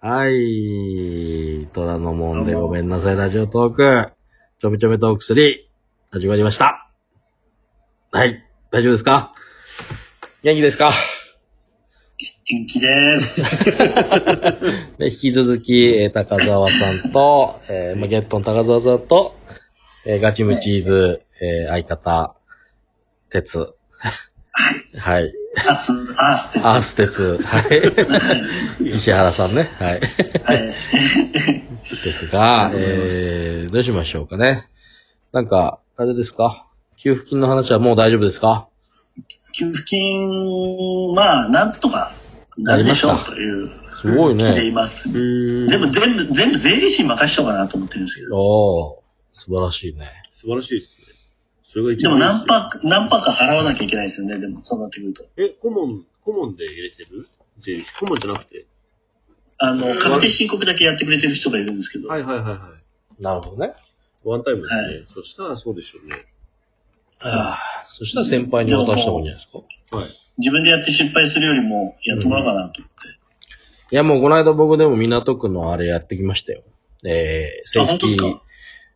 はい。虎ノ門でごめんなさい、ラジオトーク。ちょめちょめトーク3、始まりました。はい。大丈夫ですか元気ですか元気です。で、引き続き、えー高澤さんと、えーまあゲットの高澤さんと、えーガチムチーズ、えー相方、鉄。はい。アース、アースです。アース 鉄。はい。石原さんね。はい。はい。ですがあ、りがとうございますえー、どうしましょうかね。なんか、あれですか給付金の話はもう大丈夫ですか給付金、まあ、なんとかなるでしょなうりましたというすごい気でいね。ます。うーん。全部、全部、全部税理士に任しようかなと思ってるんですけど。おー、素晴らしいね。素晴らしいですね。それが一で番もいいす何パーか、何パーか払わなきゃいけないですよね、でも、そうなってくると。え、顧問、顧問で入れてる税理士。顧問じゃなくて。あの、確定申告だけやってくれてる人がいるんですけど、いはいはいはい。なるほどね。ワンタイムですね。はそしたらそうでしょうね。あーそしたら先輩に渡した方がいいんじゃないですかはい。自分でやって失敗するよりも、やってもらおうかなと。いや、もうこの間僕でも港区のあれやってきましたよ。えー、セーあフ本テ当でィすかー、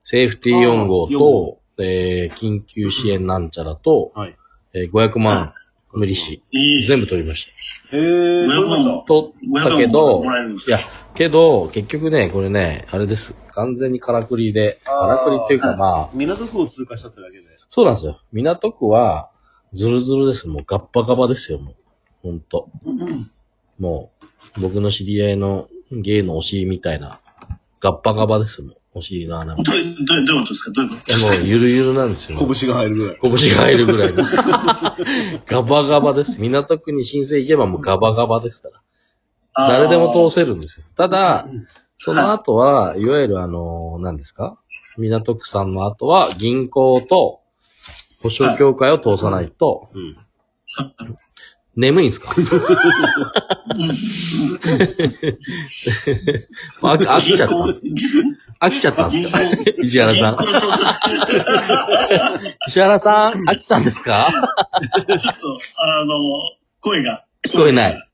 セーフティー4号あーと、えー、緊急支援なんちゃらと、はい。えー、500万無利子、いい。全部取りましへぇ500万だも、た。取ったけ500万ども、らえるんですいかや、けど、結局ね、これね、あれです。完全にからくりで、あかーらくりっていうかまあ、港区を通過したってだけで。そうなんですよ。港区は、ズルズルです。もうガッパガバですよ、もう。ほんと。もう、僕の知り合いのゲイのお尻みたいな、ガッパガバです、もう。お尻 の穴も。もどういう、どういうどういうことですかどういうことう、ゆるゆるなんですよ。が入るぐらい。拳が入るぐらいの。 ガバガバです。港区に申請行けばもうガバガバですから。誰でも通す。せるんですよ。ただうん、その後は、いわゆるあの、何ですか港区さんの後は、銀行と、保証協会を通さないと、うん。眠いんすか もう飽き飽き ちゃったんです。飽きちゃったんですか石原さん。石原さん、飽きたんですかちょっと、あの、声が。聞こえな。い。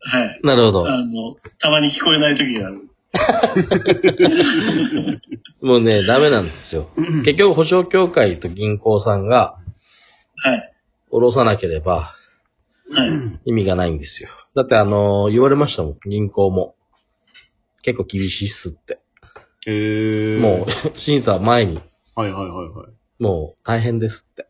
はい。なるほど。あの、たまに聞こえない時がある。もうね、ダメなんですよ。結局、保証協会と銀行さんが、はい。下ろさなければ、はい。意味がないんですよ。だってあのー言われましたもん、銀行も。結構厳しいっすって。へぇもう、審査前に、う。はいはいはいはい。もう大変ですって。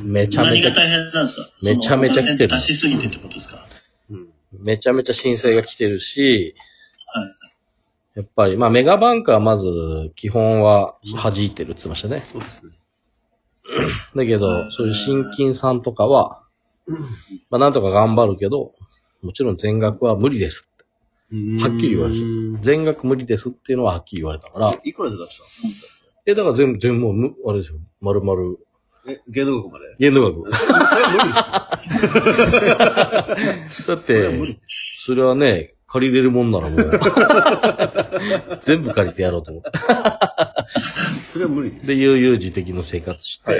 めちゃめ何がちゃ、大変なんですかめちゃめちゃ来てそのお金出るしすぎてってことですかうん。めちゃめちゃ申請が来てるしは、やっぱり、まあメガバンクはまず、基本は弾いてるって言ってましたね。そうですね。だけど、そういう新金さんとかは、まあなんとか頑張るけど、もちろん全額は無理ですって。はっきり言われてれ全額無理ですっていうのははっきり言われたから、いくらで出したえ、だから全部、全部、むあれですよ。丸々、え、芸能学まで。限度額。それは無理ですよ。だっそれは無て、理。それはね、借りれるもんならもう、 全部借りてやろうと思って。それは無理です。で、悠々自適の生活して、い。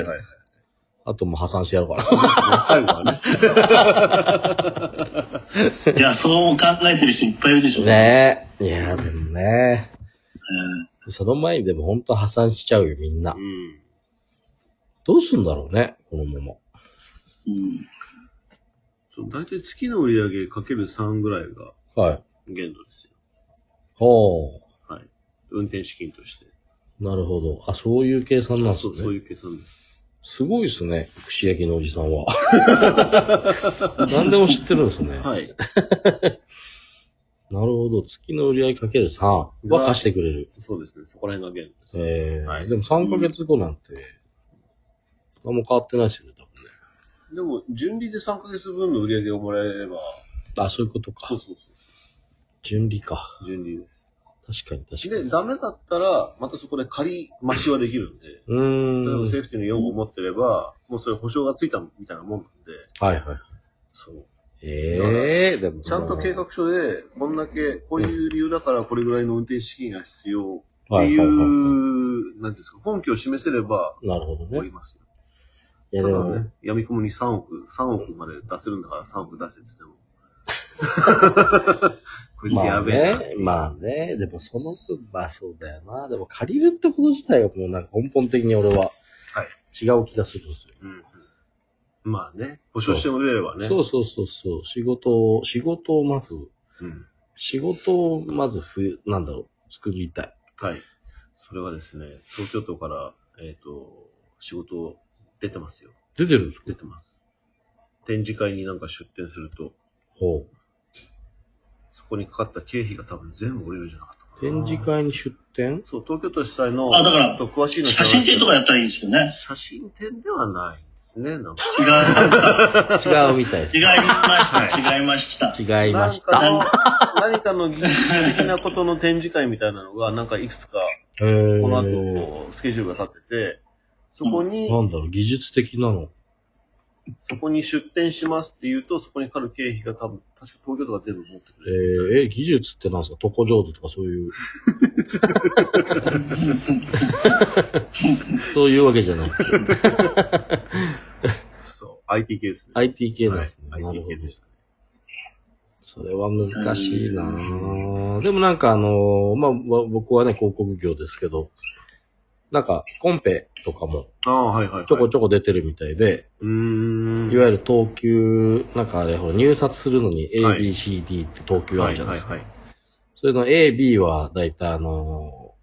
あともう破産してやろうかな。最後はね。いや、そう考えてる人いっぱいいるでし ょう。ねえ。いやーでもね、その前にでも本当破産しちゃうよ、みんなう。ん。どうすんだろうね、このまま。うんうんそう大体月の売り上げかける3ぐらいがはい。限度ですよ。ほう。はい。運転資金として。なるほど。あ、そういう計算なんですそう、そうね。いう計算です。すごいですね、串焼きのおじさんは。 何でも知ってるんですね。はい。なるほど。月の売り上げかける3は貸してくれる。 そうですね。そこら辺が限度です。えーはいでも3ヶ月後なんて、何も変わってないですよね、多分ね。でも、準備で3ヶ月分の売り上げをもらえれば、あ、そういうことそかう。そうそ準備か。う。準備です。確かに確かで、に。ダメだったら、またそこで仮増しはできるんで、う例えばーセん。ーフティーの4を持ってれば、もうそれ保証がついたみたいなもんなんで、はいはい。そう。ええー、でも。ちゃんと計画書で、こんだけ、こういう理由だからこれぐらいの運転資金が必要ってはいいはいはう、なんていうんですか、根拠を示せれば、い。なるほどおねり。ますよ。いやたでだもね ね、、やみくもに3億、3億まで出せるんだから3億出せって言っても、こいつまやあべえな。ね、まあね、でもその分、まあそうだよな。でも借りるってこと自体はもうなんか根本的に俺は違う気がするんですよ。うんうんまあね、保証してもらえればね。そうそうそうそう。仕事を、仕事をまず、うん。仕事をまずふ、なんだろう、作りたい。はい。それはですね、東京都から、えっ、と、仕事出てますよ。出てるんです出てます。展示会になんか出展すると、ほう。そこにかかった経費が多分全部降りるんじゃなかったかな展示会に出展そう、東京都主催の、あだからちょっと詳しいの知ら写ない真展とかやったらいいんですよね。写真展ではないんですね。なんか 違う、違うみたいです。違いました、違いました。違いましなた。んかの、何かの技術的なことの展示会みたいなのが、なんかいくつか、えーこの後、スケジュールが立ってて、そこに、なんだろう、技術的なの。そこに出店しますって言うと、そこにかかる経費が多分、確か東京都が全部持ってくえれる。ー、え技術ってなんですか床上手とかそういう。 そういうわけじゃない。そう、IT 系ですね。 IT 系なんですね。はいな IT るほ系ど。でした。それは難しいなうぁでもなんかあのーまあ、わ僕はね、広告業ですけど、なんか、コンペとかもああ、はいはい、はい。ちょこちょこ出てるみたいで、うーん。いわゆる等級、なんかあれ、ほら、入札するのに A、はい B、C、D って等級あるじゃないですか。はいはいそれの A、B は大体あの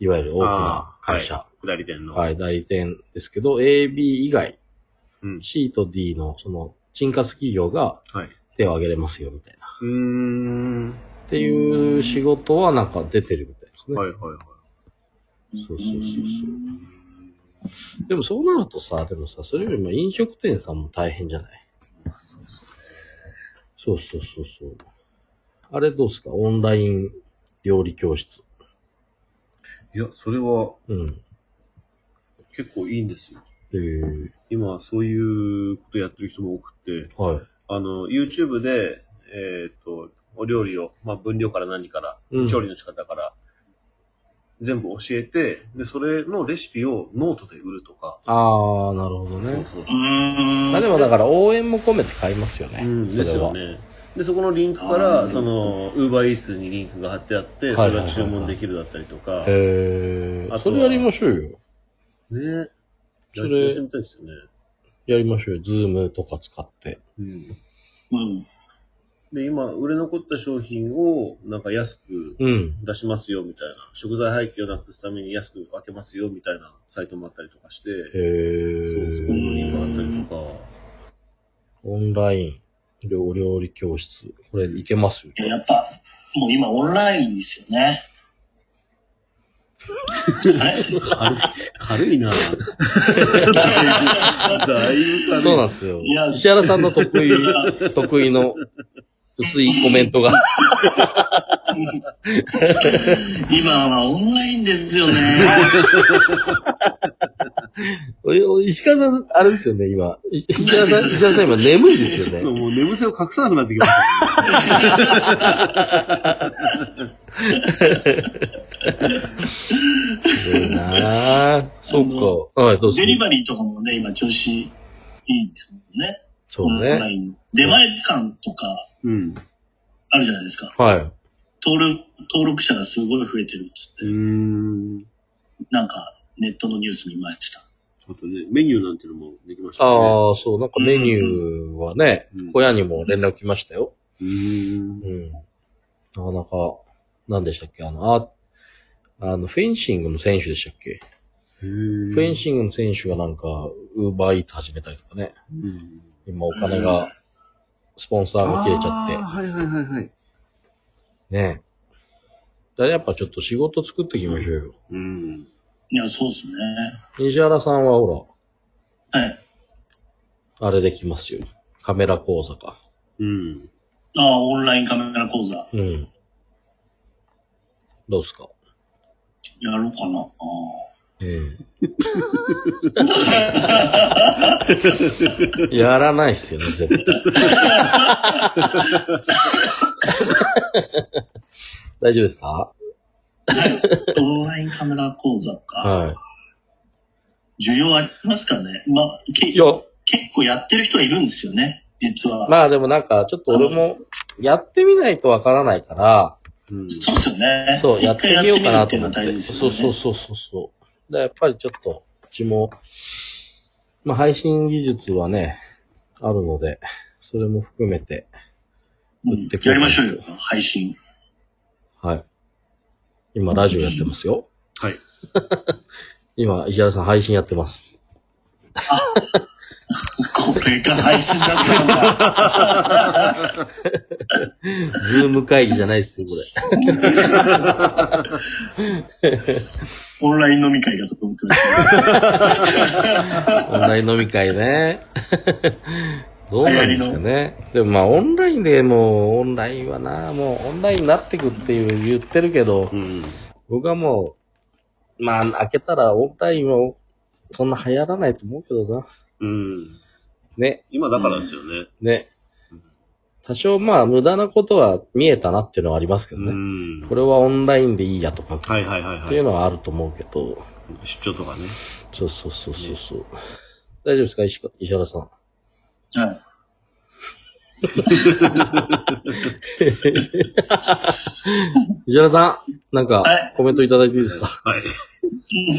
ーいわゆる大きなあー会社、はい。下り店の。はい、代理店ですけど、A、B 以外、うん。 C と D のその、沈活企業がはい。手を挙げれますよ、みたいな。うーん。っていう仕事はなんか出てるみたいですね。はいはいはい。そうそうそうそう。でもそうなるとさ、でもさ、それよりも飲食店さんも大変じゃないまあそうですそうそうそうそう。あれどうすかオンライン料理教室。いや、それはうん。結構いいんですよ。えー、今、そういうことやってる人も多くて、はい。あの、YouTube で、えっ、と、お料理を、まあ、分量から何から、うん調理の仕方から、全部教えて、で、それのレシピをノートで売るとか。あー、なるほどそうね。そうう。ーん。まあでもだから応援も込めて買いますよね。うん、そでれすよは。ね。で、そこのリンクかあら、ーその、ウーバーイースにリンクが貼ってあって、そはいはいはれいはがい注文できるだったりとか、ね、えー、あとはそれやりましょうよ。それやってみたいですよね。やりましょうよ。ズームとか使って。うん。うん。で、今、売れ残った商品を、なんか安くうん。出しますよ、みたいな。食材廃棄をなくすために安く分けますよ、みたいなサイトもあったりとかして、えそう、そうー、いうのにもあったりとか、オンライン、お料理教室。これいけますよ。いややっぱ、もう今オンラインですよね。あれ軽いなだいぶ、 だいぶ軽い。そうなんですよいや。石原さんの得意、 得意の薄いコメントが。今はオンラインですよね。お石川さん、あれですよね、今。い石原 さん、石原さん今眠いですそよう、ね。もう寝癖を隠さなくなってきました。すごいなぁ。そうか。はい、どうぞデ。リバリーとかもね、今調子いいんですもんね。そうオンラね。イン。出前館とかうん。あるじゃないですか。はい。登録、登録者がすごい増えてるっつうっーん。て、なんかネットのニュース見ました。あとね、メニューなんていうのもできましたね。ああ、そう、なんかメニューはねうん、小屋にも連絡来ましたよ。うーん。うん。なかなか、何でしたっけあの、あ、あの、フェンシングの選手でしたっけフフェェンシングの選手がなんか、ウーバーイーツ始めたりとかね。うん。今お金が、スポンサーが切れちゃって。あーはいはいはいはい。ねえ。だからやっぱちょっと仕事作っていきましょうよ。うん。いや、そうですね。西原さんはほはい。ら、あれできますよ。カメラ講座か。うん。ああ、オンラインカメラ講座うん。どうっすかやろうかな。あええ。やらないっすよね、絶対。大丈夫ですか あオンラインカメラ講座か。は需要ありますかねまあ、けい。いや、結構やってる人はいるんですよね、実は。まあでもなんか、ちょっと俺もやってみないとわからないから、うん。そうっすよね。そう、やってみようかなと思一回やみるって。っていうのは大事ですよそうね。そうそうそうそう。だからやっぱりちょっと、うちも、まあ配信技術はね、あるので、それも含めて、うんやりましょうよ、配信。はい。今ラジオやってますよ。はい。 今、石原さん配信やってます。これが配信だったの か。ズーム会議じゃないですよ、これ。オンライン飲み会だと思ってましたけオンライン飲み会ね。 どうなんですかね。でもまあオンラインでもう、オンラインはな、もうオンラインになってくっていう言ってるけどう、ん。僕はもう、まあ開けたらオンラインはそんな流行らないと思うけどな。うん。ね、今だからですよね。ね。多少まあ無駄なことは見えたなっていうのはありますけどうね。ん。これはオンラインでいいやとか、はいはいはいっていうはのはあると思うけど、い。出張とかね。そうそうそうそうそう。大丈夫ですか石川石原さん。ど。はい。石原さん、なんかはい、コメントいただいていいですか、はい。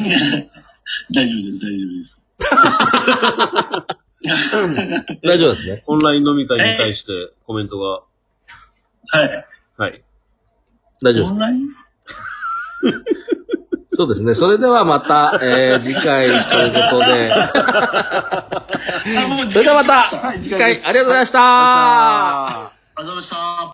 大丈夫です、大丈夫です。大丈夫ですね。オンライン飲み会に対してコメントが、はい。はい。大丈夫でオす。ンラインそうですね。それではまた、えー、次回ということで。あもうそれではまた、はい、次次回回で、す。ありありがとうございました。あーがとうございました。